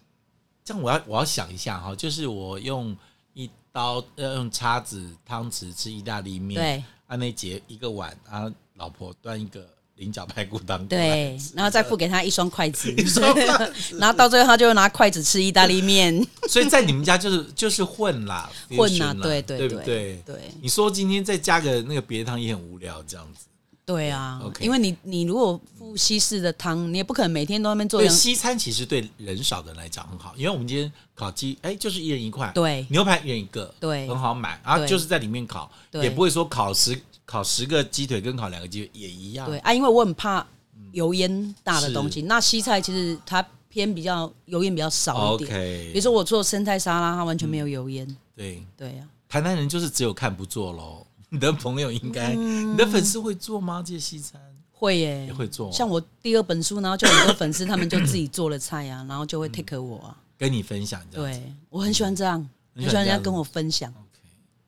Speaker 1: 这样我要我要想一下哈，就是我用一刀呃用叉子汤匙吃意大利面，
Speaker 2: 对，
Speaker 1: 啊那节一个碗啊，老婆端一个菱角排骨汤过 来，
Speaker 2: 对，然后再付给他一双筷子
Speaker 1: 一双筷子，
Speaker 2: 然后到最后他就会拿筷子吃意大利面，
Speaker 1: 所以在你们家就是就是混啦，
Speaker 2: 混
Speaker 1: fusion
Speaker 2: 啊，
Speaker 1: 啦
Speaker 2: 对
Speaker 1: 对
Speaker 2: 对
Speaker 1: 不
Speaker 2: 对
Speaker 1: 对？
Speaker 2: 对
Speaker 1: 你说今天再加个那个别的汤也很无聊，这样子。
Speaker 2: 对啊
Speaker 1: OK
Speaker 2: 因为你你如果付西式的汤，你也不可能每天都在那边做
Speaker 1: 对
Speaker 2: 人，
Speaker 1: 西餐其实对人少的人来讲很好，因为我们今天烤鸡，哎，就是一人一块，
Speaker 2: 对
Speaker 1: 牛排一人一个，
Speaker 2: 对
Speaker 1: 很好买啊，
Speaker 2: 对
Speaker 1: 就是在里面烤，
Speaker 2: 对
Speaker 1: 也不会说烤十烤十个鸡腿跟烤两个鸡腿也一样，
Speaker 2: 对，啊，因为我很怕油烟大的东
Speaker 1: 嗯
Speaker 2: 西，
Speaker 1: 是
Speaker 2: 那西菜其实它偏比较油烟比较少一点
Speaker 1: 哦 OK 嗯
Speaker 2: 比如说我做生菜沙拉，它完全没有油烟，
Speaker 1: 对，
Speaker 2: 对啊，
Speaker 1: 台南人就是只有看不做喽。 你的朋友应该，
Speaker 2: 嗯
Speaker 1: 你的粉丝会做吗？这些西餐
Speaker 2: 会耶、
Speaker 1: 也会做，
Speaker 2: 像我第二本书，然后就很多粉丝他们就自己做了菜啊，然后就会
Speaker 1: 嗯
Speaker 2: take 我啊。
Speaker 1: 跟你分享这样子。
Speaker 2: 对，我很喜欢这样，
Speaker 1: 你
Speaker 2: 很
Speaker 1: 喜欢
Speaker 2: 喜欢人
Speaker 1: 这样
Speaker 2: 家
Speaker 1: 子
Speaker 2: 跟我分享。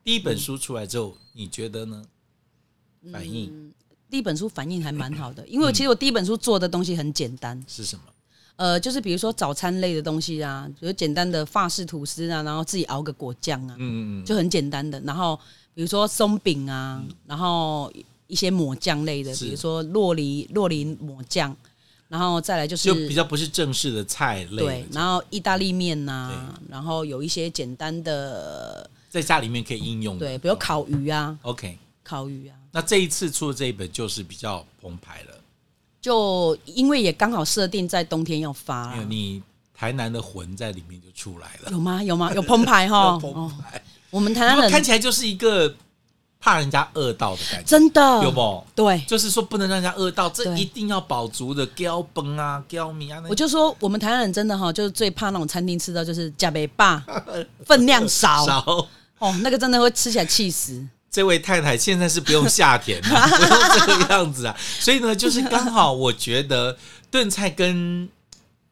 Speaker 1: 第一本书出来之后，你觉得呢？反
Speaker 2: 嗯
Speaker 1: 应
Speaker 2: 第一本书反应还蛮好的，因为其实我第一本书做的东西很简单，
Speaker 1: 是什么？
Speaker 2: 呃，就是比如说早餐类的东西啊，比如简单的法式吐司啊，然后自己熬个果酱啊，
Speaker 1: 嗯嗯嗯，
Speaker 2: 就很简单的。然后比如说松饼啊，然后一些抹酱类的，
Speaker 1: 是
Speaker 2: 比如说洛梨洛梨抹酱，然后再来就是
Speaker 1: 就比较不是正式的菜类
Speaker 2: 对
Speaker 1: 的，，
Speaker 2: 然后意大利面呐、然后有一些简单的，
Speaker 1: 在家里面可以应用的。
Speaker 2: 对，比如烤鱼啊，
Speaker 1: OK，
Speaker 2: 烤鱼啊，
Speaker 1: 那这一次出的这一本就是比较澎湃了，
Speaker 2: 就因为也刚好设定在冬天要发
Speaker 1: 因为
Speaker 2: 啦，
Speaker 1: 哎你台南的魂在里面就出来了。
Speaker 2: 有吗？有吗？有澎湃哈
Speaker 1: 要，澎
Speaker 2: 哦
Speaker 1: 湃，
Speaker 2: 我们台
Speaker 1: 然后
Speaker 2: 南
Speaker 1: 看
Speaker 2: 人
Speaker 1: 起来就是一个怕人家饿到的感觉，
Speaker 2: 真的
Speaker 1: 有？不？
Speaker 2: 对，
Speaker 1: 就是说不能让人家饿到，这
Speaker 2: 对
Speaker 1: 一定要饱足的，胶崩啊，胶米啊，那
Speaker 2: 我就说我们台南人真的哈，就是最怕那种餐厅吃到就是加杯霸，分量 少
Speaker 1: 少。
Speaker 2: 哦，那个真的会吃起来气死。
Speaker 1: 这位太太现在是不用下田了， 不用这个样子啊。所以呢，就是刚好我觉得炖菜跟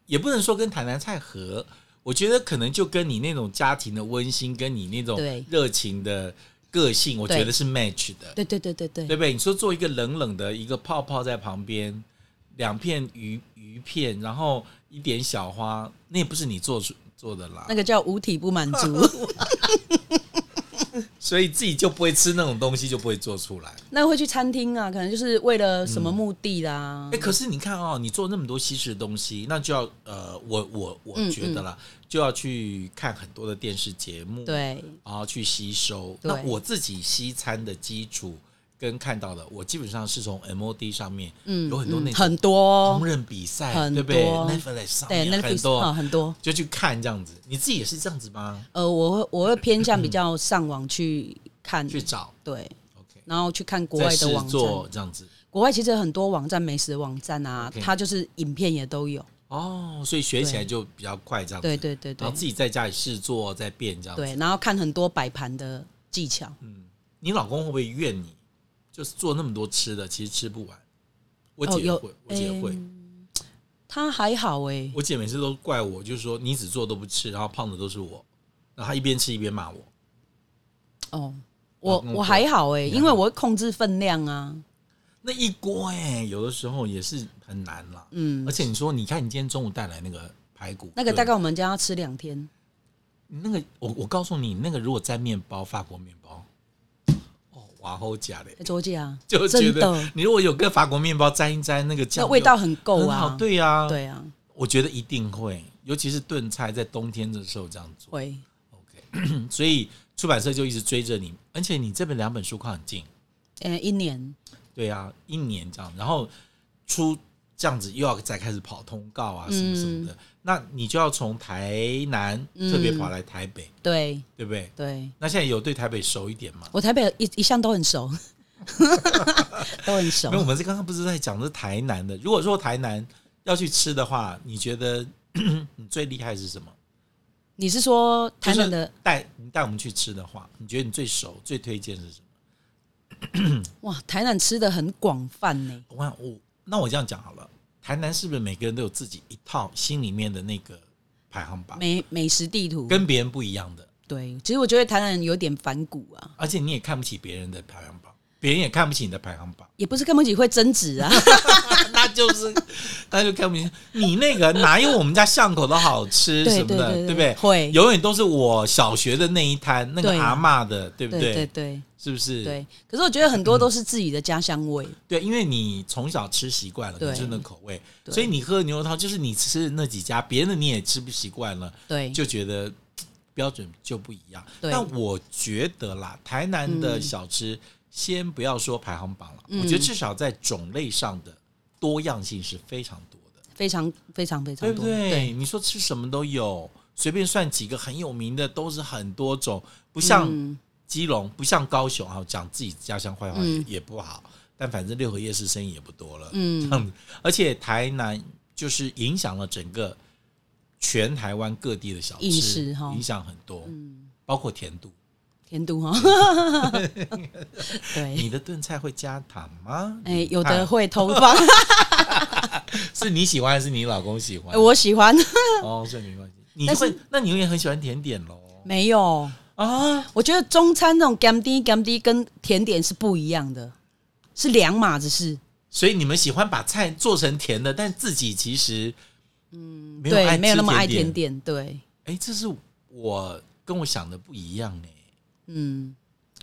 Speaker 1: 也不能说跟台南菜合，我觉得可能就跟你那种家庭的温馨，跟你那种
Speaker 2: 对
Speaker 1: 热情的个性，我觉得
Speaker 2: 对
Speaker 1: 是 match 的，
Speaker 2: 对对对对对
Speaker 1: 对，不对？你说做一个冷冷的一个泡泡在旁边，两片鱼鱼片，然后一点小花，那也不是你做出做的啦
Speaker 2: 那，个叫五体不满 足，
Speaker 1: 所以自己就不会吃那种东西，就不会做出来。
Speaker 2: 那会去餐厅啊，可能就是为了什么
Speaker 1: 嗯
Speaker 2: 目的啦
Speaker 1: 哎、？可是你看哦，你做那么多西式的东西，那就要呃，我我我
Speaker 2: 嗯
Speaker 1: 觉得啦，就要去看很多的电视节目，，
Speaker 2: 对，
Speaker 1: 然后去吸收。
Speaker 2: 对
Speaker 1: 那我自己西餐的基础跟看到的，我基本上是从 MOD 上面，
Speaker 2: 嗯，
Speaker 1: 有很多那
Speaker 2: 嗯
Speaker 1: 种
Speaker 2: 很多
Speaker 1: 烹饪比赛，
Speaker 2: 很
Speaker 1: 对不对
Speaker 2: 多
Speaker 1: ？Netflix 上
Speaker 2: 对
Speaker 1: 面嗯很
Speaker 2: Netflix 啊
Speaker 1: 多，
Speaker 2: 很多。
Speaker 1: 就去看这样子。你自己也是这样子吗？
Speaker 2: 呃，我会我会偏向比较上网去看，
Speaker 1: 嗯去找
Speaker 2: 对，
Speaker 1: ，OK，
Speaker 2: 然后去看 国
Speaker 1: 在
Speaker 2: 外的
Speaker 1: 试
Speaker 2: 网站。
Speaker 1: 做这样子。
Speaker 2: 国外其实很多网站美食网站啊
Speaker 1: OK，
Speaker 2: 它就是影片也都有。
Speaker 1: 哦，所以学起来
Speaker 2: 对
Speaker 1: 就比较快这样子。
Speaker 2: 对对对
Speaker 1: 然
Speaker 2: 对
Speaker 1: 后自己在家里试做，再变这样子。嗯
Speaker 2: 对，然后看很多摆盘的技巧。
Speaker 1: 你老公会不会怨你？就是做那么多吃的，其实吃不完。我姐
Speaker 2: 哦有
Speaker 1: 会，我姐会，
Speaker 2: 嗯他还好哎、
Speaker 1: 我姐每次都怪我，就是说你只做都不吃，然后胖的都是我。然后她一边吃一边骂我。
Speaker 2: 哦，
Speaker 1: 老
Speaker 2: 我
Speaker 1: 公
Speaker 2: 我
Speaker 1: 会
Speaker 2: 还好哎、
Speaker 1: 你还
Speaker 2: 因为
Speaker 1: 好
Speaker 2: 我会控制分量啊。
Speaker 1: 那一锅哎、有的时候也是很难啦。
Speaker 2: 嗯
Speaker 1: 而，且你说，你看你今天中午带来那个排骨，
Speaker 2: 那个
Speaker 1: 对
Speaker 2: 大概我们家要吃两天，
Speaker 1: 那个，我我告诉你，那个如果沾面包，法国面包，哦，哇好假嘞，
Speaker 2: 在周记啊，
Speaker 1: 就觉
Speaker 2: 真
Speaker 1: 得
Speaker 2: 的，
Speaker 1: 你如果有跟法国面包沾一沾，那个酱
Speaker 2: 那
Speaker 1: 油
Speaker 2: 味道很够
Speaker 1: 很好
Speaker 2: 啊。
Speaker 1: 对啊，
Speaker 2: 对啊，
Speaker 1: 我觉得一定会，尤其是炖菜，在冬天的时候这样做。
Speaker 2: 会
Speaker 1: OK，所 以出版社就一直追着你，而且你这本两本书靠很近，
Speaker 2: 呃一年
Speaker 1: 对啊，一年这样，然后出这样子又要再开始跑通告啊，什么什么的，那你就要从台南
Speaker 2: 嗯
Speaker 1: 特别跑来台北，
Speaker 2: 对
Speaker 1: 对不对？
Speaker 2: 对，
Speaker 1: 那现在有对台北熟一点嘛？
Speaker 2: 我台北一一向都很熟， 都很熟
Speaker 1: 因为。我们是刚刚不是在讲的是台南的，如果说台南要去吃的话，你觉得 你最厉害是什么？
Speaker 2: 你是说台南的
Speaker 1: 带你带我们去吃的话，你觉得你最熟、最推荐是什么？
Speaker 2: 哇？台南吃的很广泛呢、
Speaker 1: 我看我那我这样讲好了，台南是不是每个人都有自己一套心里面的那个排行榜，
Speaker 2: 美美食地图。
Speaker 1: 啊跟别人不一样的，
Speaker 2: 对，其实我觉得台南人有点反骨啊，
Speaker 1: 而且你也看不起别人的排行榜，别人也看不起你的排行
Speaker 2: ，
Speaker 1: 榜
Speaker 2: 也不是看不起会争执 啊。
Speaker 1: 那就是那就看不起你那个哪有我们家巷口的好吃什
Speaker 2: 对
Speaker 1: 么
Speaker 2: 对
Speaker 1: 的，
Speaker 2: 对
Speaker 1: 对不对？
Speaker 2: 对会
Speaker 1: 永远都是我小学的那一摊那个
Speaker 2: 对
Speaker 1: 阿嬷的，对不
Speaker 2: 对对对
Speaker 1: 是不是？
Speaker 2: 对，可是我觉得很多都是自己的家乡味，
Speaker 1: 对，因为你从小吃习惯了，
Speaker 2: 对
Speaker 1: 可是那口味，
Speaker 2: 对
Speaker 1: 所以你喝牛肉汤就是你吃那几家，别的你也吃不习惯了，
Speaker 2: 对，
Speaker 1: 就觉得嘖标准就不一样。
Speaker 2: 对
Speaker 1: 但我觉得啦，台南的小吃，先不要说排行榜了，
Speaker 2: 嗯
Speaker 1: 我觉得至少在种类上的多样性是非常多的，
Speaker 2: 非常非常非常
Speaker 1: 对
Speaker 2: 多，
Speaker 1: 不对？你说吃什么都有，随便算几个很有名的都是很多种，不像
Speaker 2: 嗯
Speaker 1: 基隆，不像高雄啊，讲自己家乡坏话也,、
Speaker 2: 嗯
Speaker 1: 也不好。但反正六合夜市生意也不多了，这
Speaker 2: 嗯，
Speaker 1: 样子。而且台南就是影响了整个全台湾各地的小吃，
Speaker 2: 饮食哈嗯
Speaker 1: 影响很多，包括甜度。
Speaker 2: 甜 度哈，对，
Speaker 1: 你的炖菜会加糖吗？
Speaker 2: 哎、
Speaker 1: 你
Speaker 2: 有的
Speaker 1: 看
Speaker 2: 会偷放，
Speaker 1: 啊是你喜欢还是你老公喜欢？
Speaker 2: 我喜欢，
Speaker 1: 哦，所以没关系。你
Speaker 2: 但是
Speaker 1: 会，那你也很喜欢甜点喽？
Speaker 2: 没有，
Speaker 1: 啊，
Speaker 2: 我觉得中餐那种 gam 滴 gam 滴跟甜点是不一样的，是两码子事。
Speaker 1: 所以你们喜欢把菜做成甜的，但自己其实嗯，没有爱
Speaker 2: 对，没有
Speaker 1: 吃
Speaker 2: 那么爱
Speaker 1: 点
Speaker 2: 甜。点，对，
Speaker 1: 哎，这是我跟我想的不一样哎。
Speaker 2: 嗯。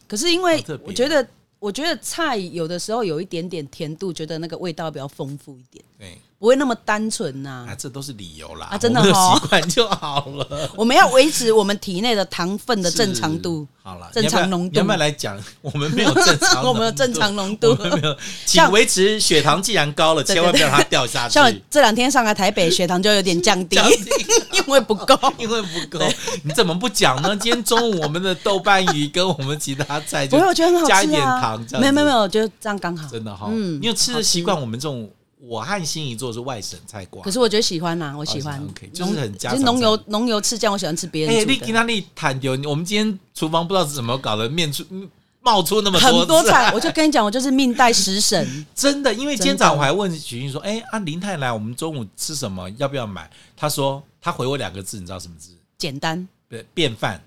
Speaker 2: 可是因
Speaker 1: 好
Speaker 2: 为
Speaker 1: 特别啊
Speaker 2: 我觉得，我觉得菜有的时候有一点点甜度，觉得那个味道比较丰富一点。
Speaker 1: 对，
Speaker 2: 不会那么单纯呐、
Speaker 1: 啊，这都是理由啦，
Speaker 2: 啊真的
Speaker 1: 我们
Speaker 2: 哦
Speaker 1: 习惯就好了。
Speaker 2: 我们要维持我们体内的糖分的正常度，
Speaker 1: 是好了，
Speaker 2: 正常浓度，
Speaker 1: 你要不要你要不要来讲？我们没有正常
Speaker 2: 我们有正常浓度
Speaker 1: 我们没有。请
Speaker 2: 像
Speaker 1: 维持血糖，既然高了，
Speaker 2: 对对
Speaker 1: 千万不要让它掉下去。
Speaker 2: 像这两天上来台北，血糖就有点降低，
Speaker 1: 降低
Speaker 2: 因 为不够。
Speaker 1: 因为不够，你怎么不讲呢？今天中午我们的豆瓣鱼跟我们其他菜就
Speaker 2: 不会，我觉得很好吃啊。
Speaker 1: 加一点糖，这样子
Speaker 2: 没有没有没有，就这样刚好。
Speaker 1: 真的哈、
Speaker 2: 嗯
Speaker 1: 因为吃的习惯，我们这种我和心仪做的是外省菜馆
Speaker 2: 可。是我觉得喜欢啊呐，我喜欢
Speaker 1: 哦喜欢，OK，
Speaker 2: 浓
Speaker 1: 就是很家常
Speaker 2: 就是浓油浓油赤酱，我喜欢吃别
Speaker 1: 哎、
Speaker 2: 人
Speaker 1: 你
Speaker 2: 煮
Speaker 1: 跟
Speaker 2: 的。
Speaker 1: 他那里谈丢，我们今天厨房不知道是怎么搞的，面出冒出那么
Speaker 2: 很多
Speaker 1: 菜
Speaker 2: 菜，我就跟你讲，我就是命带食神。
Speaker 1: 真的，因为今天早上我还问许英说：“哎、啊，林太来，我们中午吃什么？要不要买？”他说：“他回我两个字，你知道什么字？
Speaker 2: 简单，
Speaker 1: 对，便饭。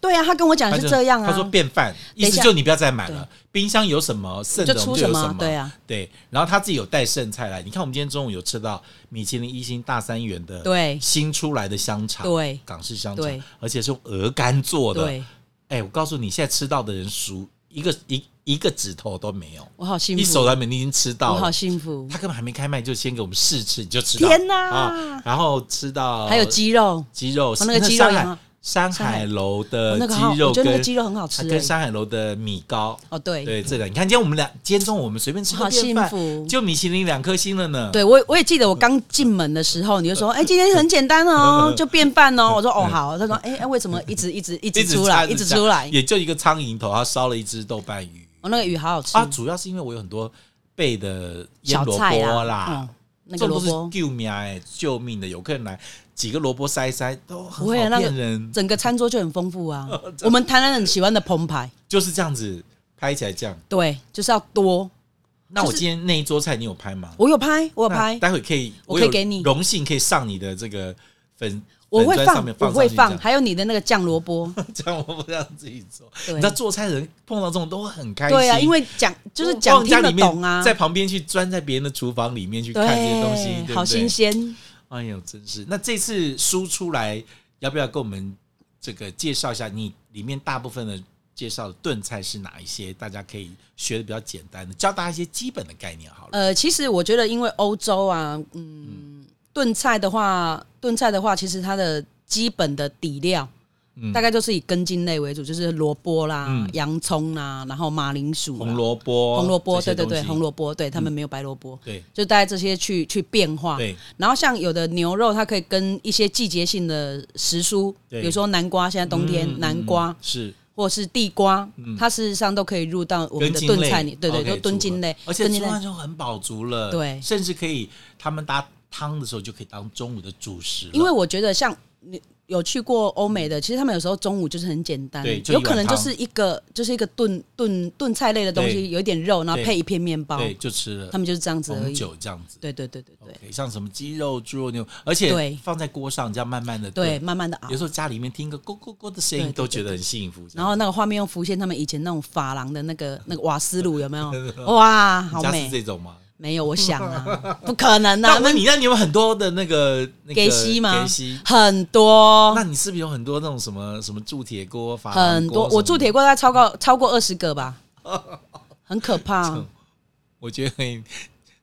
Speaker 2: 对啊，他跟我”讲
Speaker 1: 他
Speaker 2: 的
Speaker 1: 就是
Speaker 2: 这样啊。
Speaker 1: 他说：“便饭，意
Speaker 2: 等一
Speaker 1: 思
Speaker 2: 下
Speaker 1: 就你不要再买了，冰箱有什么剩的
Speaker 2: 就
Speaker 1: 我
Speaker 2: 出
Speaker 1: 们就有
Speaker 2: 什么
Speaker 1: 么。”
Speaker 2: 对啊，
Speaker 1: 对。然后他自己有带剩菜来，你看我们今天中午有吃到米其林一星大三元的
Speaker 2: 对
Speaker 1: 新出来的香肠，
Speaker 2: 对
Speaker 1: 港式香肠
Speaker 2: 对，
Speaker 1: 而且是用鹅肝做的。
Speaker 2: 对，
Speaker 1: 哎、我告诉你，现在吃到的人数一个一一个指头都没有，
Speaker 2: 我好幸
Speaker 1: 一手
Speaker 2: 福，
Speaker 1: 都没有，你已经吃到
Speaker 2: 我
Speaker 1: 了。
Speaker 2: 好幸福。
Speaker 1: 他根本还没开卖，就先给我们试吃，你就吃到
Speaker 2: 天哪
Speaker 1: 啊！然后吃到
Speaker 2: 还有鸡肉，
Speaker 1: 鸡肉，
Speaker 2: 那个鸡肉
Speaker 1: 山
Speaker 2: 有
Speaker 1: 海
Speaker 2: 吗
Speaker 1: 山
Speaker 2: 山
Speaker 1: 海
Speaker 2: 海
Speaker 1: 楼
Speaker 2: 哦
Speaker 1: 的
Speaker 2: 那个好，
Speaker 1: 鸡肉
Speaker 2: 我觉得那
Speaker 1: 跟啊
Speaker 2: 个鸡肉很好吃
Speaker 1: 跟
Speaker 2: 欸。
Speaker 1: 山海楼的米糕，
Speaker 2: 哦，对，
Speaker 1: 对，这啊两你看，今天我们俩今天中午我们随便吃个
Speaker 2: 好
Speaker 1: 便
Speaker 2: 幸
Speaker 1: 饭，
Speaker 2: 福。
Speaker 1: 就米其林两颗星了呢。
Speaker 2: 对我我也记得我刚进门的时候，你就说：“哎，今天很简单哦，就便饭哦。”我说：“哦，好。”他说：“哎哎，为什么一直一直一直
Speaker 1: 一直
Speaker 2: 出
Speaker 1: 这
Speaker 2: 来，
Speaker 1: 样
Speaker 2: 一直
Speaker 1: 子讲
Speaker 2: 出来
Speaker 1: 也就一个苍蝇头，他烧了一只豆瓣鱼？”
Speaker 2: 我那个鱼好好吃
Speaker 1: 啊，，主要是因为我有很多备的腌
Speaker 2: 小
Speaker 1: 萝
Speaker 2: 菜
Speaker 1: 卜
Speaker 2: 啦
Speaker 1: 啦，，
Speaker 2: 嗯，那
Speaker 1: 这
Speaker 2: 个
Speaker 1: 种
Speaker 2: 萝
Speaker 1: 都是
Speaker 2: 卜，
Speaker 1: 救命哎，救命的！有客人来几个萝卜塞一塞都很
Speaker 2: 不会啊
Speaker 1: 好
Speaker 2: 那个
Speaker 1: 骗人。
Speaker 2: 整个餐桌就很丰富 啊。我们台南人喜欢的澎湃，
Speaker 1: 就是这样子拍起来这样。
Speaker 2: 对，就是要多。
Speaker 1: 那我
Speaker 2: 就是
Speaker 1: 今天那一桌菜你有拍吗？
Speaker 2: 我有拍，我有
Speaker 1: 那
Speaker 2: 拍，
Speaker 1: 待会可以，
Speaker 2: 我可以
Speaker 1: 有
Speaker 2: 给你
Speaker 1: 荣幸可以上你的这个粉，
Speaker 2: 我
Speaker 1: 粉
Speaker 2: 会
Speaker 1: 砖上
Speaker 2: 放
Speaker 1: 面，
Speaker 2: 我
Speaker 1: 上
Speaker 2: 会
Speaker 1: 去
Speaker 2: 放，还有你的那个酱萝卜，
Speaker 1: 这样这样我不让自己做。你
Speaker 2: 对
Speaker 1: 知道做菜的人碰到这种都会很开心，
Speaker 2: 对啊，因为讲就是讲
Speaker 1: 往家
Speaker 2: 听得
Speaker 1: 里面
Speaker 2: 懂啊，
Speaker 1: 在旁边去钻在别人的厨房里面去看这些东西，对不
Speaker 2: 对，
Speaker 1: 对
Speaker 2: 好新。鲜。
Speaker 1: 哎呦，真是！那这次书出来，要不要跟我们这个介绍一下？你里面大部分的介绍的炖菜是哪一些？大家可以学的比较简单的，教大家一些基本的概念好了。
Speaker 2: 呃，其实我觉得，因为欧洲啊，嗯，炖菜的话，炖菜的话，其实它的基本的底料。
Speaker 1: 嗯
Speaker 2: 大概就是以根茎类为主，就是萝卜啦、
Speaker 1: 嗯
Speaker 2: 洋葱啦，然后马铃薯啦、
Speaker 1: 红萝卜，
Speaker 2: 红萝卜，
Speaker 1: 这些
Speaker 2: 对对对，
Speaker 1: 东西嗯
Speaker 2: 红萝卜，对他们没有白萝卜，
Speaker 1: 对
Speaker 2: 就大概这些去去变化。
Speaker 1: 对
Speaker 2: 然后像有的牛肉，它可以跟一些季节性的时蔬，
Speaker 1: 对
Speaker 2: 比如说南瓜，现在冬天、
Speaker 1: 嗯
Speaker 2: 南瓜、
Speaker 1: 嗯是
Speaker 2: 或是地瓜，它事实上都可以入到我
Speaker 1: 根
Speaker 2: 们的
Speaker 1: 茎
Speaker 2: 炖
Speaker 1: 类
Speaker 2: 菜里，对对，
Speaker 1: OK，
Speaker 2: 都
Speaker 1: 组
Speaker 2: 炖
Speaker 1: 合
Speaker 2: 茎类，
Speaker 1: 而且
Speaker 2: 炖
Speaker 1: 吃
Speaker 2: 茎类
Speaker 1: 饭就很饱足了，
Speaker 2: 对
Speaker 1: 甚至可以他们搭汤的时候就可以当中午的主食了，
Speaker 2: 因为我觉得像你有去过欧美的，其实他们有时候中午就是很简单
Speaker 1: 对，就一
Speaker 2: 有
Speaker 1: 碗
Speaker 2: 可能就
Speaker 1: 汤
Speaker 2: 是一个就是一个炖炖炖菜类的东
Speaker 1: 对
Speaker 2: 西，有一点肉，然后
Speaker 1: 对
Speaker 2: 配一片面包，
Speaker 1: 对就吃了
Speaker 2: 他们就是这样子而
Speaker 1: 红
Speaker 2: 已。
Speaker 1: 酒这样子。
Speaker 2: 对对对对对
Speaker 1: OK，像什么鸡肉、猪肉、牛，而
Speaker 2: 对
Speaker 1: 且放在锅上这样慢慢的
Speaker 2: 对，，慢慢的熬
Speaker 1: 有，时候家里面听个咕咕咕的声
Speaker 2: 对
Speaker 1: 音
Speaker 2: 对
Speaker 1: 都觉得很幸福。？
Speaker 2: 然后那个画面又浮现他们以前那种珐琅的那个那个瓦斯炉，有没有 哇，
Speaker 1: 这样
Speaker 2: 好
Speaker 1: 你家是
Speaker 2: 美！
Speaker 1: 这种吗？
Speaker 2: 没有，我想啊，不可能
Speaker 1: 那
Speaker 2: 啊，
Speaker 1: 我问你，那你有很多的那个那个
Speaker 2: 给息吗
Speaker 1: 给息？？
Speaker 2: 很多
Speaker 1: 那你是不是有很多那种什么什么铸铁锅、珐琅锅
Speaker 2: 很多，
Speaker 1: 什么
Speaker 2: 我铸铁锅大概超过超过二十 个吧，很可怕啊。
Speaker 1: 我觉得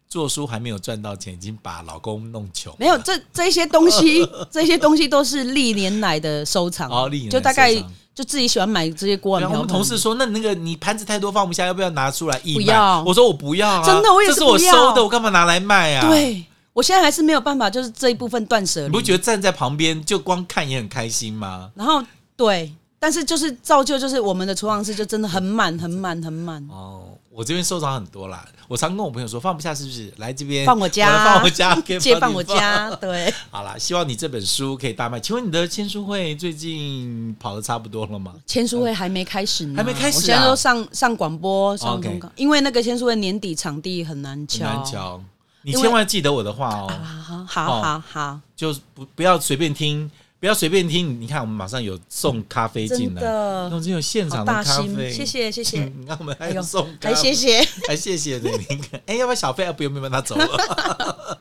Speaker 1: 做书还没有赚到钱，已经把老公弄穷。
Speaker 2: 没有，这这些东 西，这些东西都是历年来的收藏，
Speaker 1: 哦历年来
Speaker 2: 就大概
Speaker 1: 收藏
Speaker 2: 就自己喜欢买这些锅碗
Speaker 1: 然后
Speaker 2: 瓢
Speaker 1: 我
Speaker 2: 盆。
Speaker 1: 们同事说：“那那个你盘子太多放不下，要不要拿出来义卖？”
Speaker 2: 不要
Speaker 1: 我说：“我不要啊，
Speaker 2: 真的我也
Speaker 1: 这
Speaker 2: 是
Speaker 1: 是我
Speaker 2: 不要
Speaker 1: 收的，我干嘛拿来卖啊？”，
Speaker 2: 对我现在还是没有办法，就是这一部分断舍
Speaker 1: 你
Speaker 2: 离
Speaker 1: 不。觉得站在旁边就光看也很开心吗？
Speaker 2: 然后对，但是就是造就就是我们的厨房室就真的很满很满很满。
Speaker 1: 哦，我这边收藏很多啦。我常跟我朋友说，放不下是不是？来这边
Speaker 2: 放我家
Speaker 1: 来放我 家，可以
Speaker 2: 借
Speaker 1: 帮
Speaker 2: 放
Speaker 1: 你
Speaker 2: 我。家，对，
Speaker 1: 好啦，希望你这本书可以大卖。请问你的签书会最近跑的差不多了吗？
Speaker 2: 签书会还没开始呢，
Speaker 1: 还没开始啊
Speaker 2: 我现在都上上广播上
Speaker 1: OK
Speaker 2: 通告，因为那个签书会年底场地很难
Speaker 1: 很
Speaker 2: 敲，
Speaker 1: 难瞧，你
Speaker 2: 因为
Speaker 1: 千万记得我的话哦。
Speaker 2: 啊，好好好，
Speaker 1: 就是不不要随便听，不要随便听。你看，我们马上有送咖啡进
Speaker 2: 真
Speaker 1: 来，
Speaker 2: 的
Speaker 1: 那我们有现
Speaker 2: 好
Speaker 1: 场的
Speaker 2: 大
Speaker 1: 咖
Speaker 2: 心，
Speaker 1: 啡，
Speaker 2: 谢。谢谢谢，
Speaker 1: 嗯，那我们还
Speaker 2: 哎
Speaker 1: 有
Speaker 2: 呦
Speaker 1: 送咖
Speaker 2: 还
Speaker 1: 啡，
Speaker 2: 谢谢。
Speaker 1: 还哎谢谢你。你看， 哎，要不要小费？啊，不用，不用，他走了。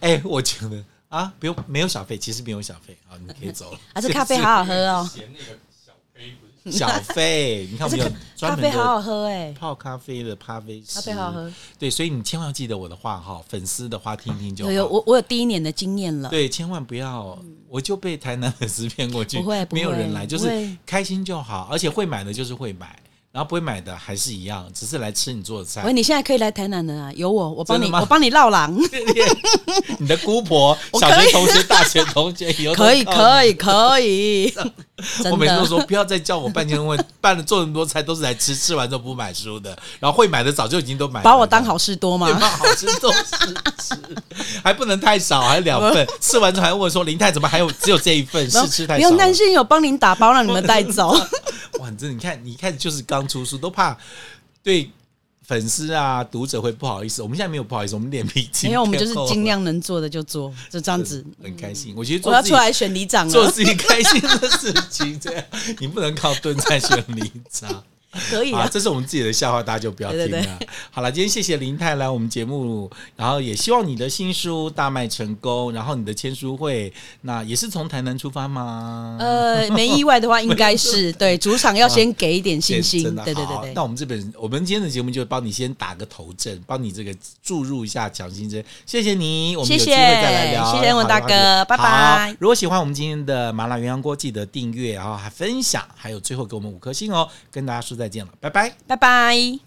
Speaker 1: 哎，我觉得啊，不用，
Speaker 2: 啊
Speaker 1: 没有小费，其实没有小费，好，你可以走了。
Speaker 2: 还是咖啡好好喝哦。
Speaker 3: 嫌那个小杯不是
Speaker 1: 小费，你看我们有
Speaker 2: 咖
Speaker 1: 专
Speaker 2: 啡
Speaker 1: 门
Speaker 2: 好
Speaker 1: 的
Speaker 2: 好喝哎、
Speaker 1: 泡咖啡的咖啡师，
Speaker 2: 咖啡好好喝。
Speaker 1: 对，所以你千万要记得我的话哈，粉丝的话听听就好。
Speaker 2: 有有，我我有第一年的经验了。
Speaker 1: 对，千万不要，我就被台南粉丝骗过去，
Speaker 2: 不会不
Speaker 1: 没有
Speaker 2: 会
Speaker 1: 人来，就
Speaker 2: 不
Speaker 1: 是
Speaker 2: 会
Speaker 1: 开心就好，而且会买的就是会买，然后不会买的还是一样，只是来吃你做的菜
Speaker 2: 喂，。你现在可以来台南了啊！有我，我帮
Speaker 1: 真
Speaker 2: 你，
Speaker 1: 的吗
Speaker 2: 我帮你 绕狼，
Speaker 1: 你的姑婆、
Speaker 2: 我
Speaker 1: 小
Speaker 2: 可
Speaker 1: 学同学、大学同学以后都
Speaker 2: 可以，
Speaker 1: 靠你
Speaker 2: 可以，可以。
Speaker 1: 哦 我
Speaker 2: 真
Speaker 1: 每次都
Speaker 2: 的，
Speaker 1: 说不要再叫我办 签会，办了做那么多菜都是来吃，吃完之后不买书的，然后会买的早就已经都买了，
Speaker 2: 把我当好事多
Speaker 1: 对
Speaker 2: 吗？
Speaker 1: 吧？好吃都是 吃，还不能太少，还两份， 吃完之后还问说林泰怎么还有只有这一份，是吃太
Speaker 2: 不
Speaker 1: 少
Speaker 2: 用
Speaker 1: 了
Speaker 2: 担。心，有帮您打包让你们带走。
Speaker 1: 哇，真的，你看，你一开始就是刚出书，都怕对粉丝啊、读者会不好意思。我们现在没有不好意思，我们脸皮紧，
Speaker 2: 没有，我们就是尽量能做的就做，就这样子。
Speaker 1: 很开心。我觉得
Speaker 2: 我
Speaker 1: 做
Speaker 2: 要
Speaker 1: 自
Speaker 2: 出
Speaker 1: 己
Speaker 2: 来选里 长啊
Speaker 1: 做
Speaker 2: 了，
Speaker 1: 自己开心的事情，这样 你不能靠蹲在选里长。
Speaker 2: 可以
Speaker 1: 啊
Speaker 2: 啊，。
Speaker 1: 这是我们自己的笑话，大家就不要听了。
Speaker 2: 对对
Speaker 1: 好了，今天谢谢林泰来我们节目，然后也希望你的新书大卖成功，然后你的签书会，那也是从台南出发吗？
Speaker 2: 呃，没意外的话，应 该是对主场要先给一点信心。
Speaker 1: 真的
Speaker 2: 对对
Speaker 1: 好
Speaker 2: 对
Speaker 1: 那
Speaker 2: 对，
Speaker 1: 我们这本我们今天的节目就帮你先打个头阵，帮你这个注入一下强心针。谢谢你，我们有
Speaker 2: 谢
Speaker 1: 机
Speaker 2: 谢
Speaker 1: 会再来聊。
Speaker 2: 谢谢文大哥
Speaker 1: 好
Speaker 2: 拜拜
Speaker 1: 好如果喜欢我们今天的麻辣鸳鸯锅，记得订阅，然后还分享，还有最后给我们五颗星哦。跟大家说再见了，拜拜。
Speaker 2: 拜拜。